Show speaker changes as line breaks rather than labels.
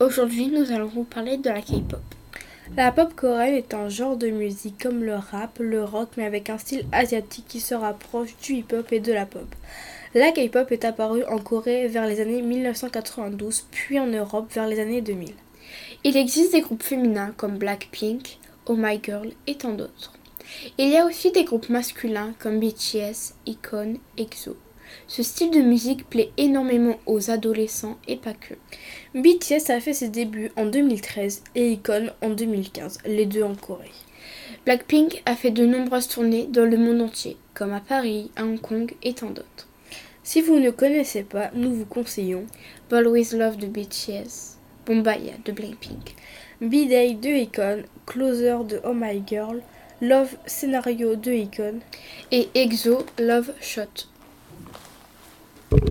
Aujourd'hui, nous allons vous parler de la K-pop.
La pop coréenne est un genre de musique comme le rap, le rock, mais avec un style asiatique qui se rapproche du hip-hop et de la pop. La K-pop est apparue en Corée vers les années 1992, puis en Europe vers les années 2000.
Il existe des groupes féminins comme Blackpink, Oh My Girl et tant d'autres. Il y a aussi des groupes masculins comme BTS, Icon, EXO. Ce style de musique plaît énormément aux adolescents et pas que.
BTS a fait ses débuts en 2013 et Icon en 2015, les deux en Corée.
Blackpink a fait de nombreuses tournées dans le monde entier, comme à Paris, à Hong Kong et tant d'autres.
Si vous ne connaissez pas, nous vous conseillons
Ball with Love de BTS, Bombaya de Blackpink,
B-Day de Icon, Closer de Oh My Girl, Love Scenario de Icon.
et EXO Love Shot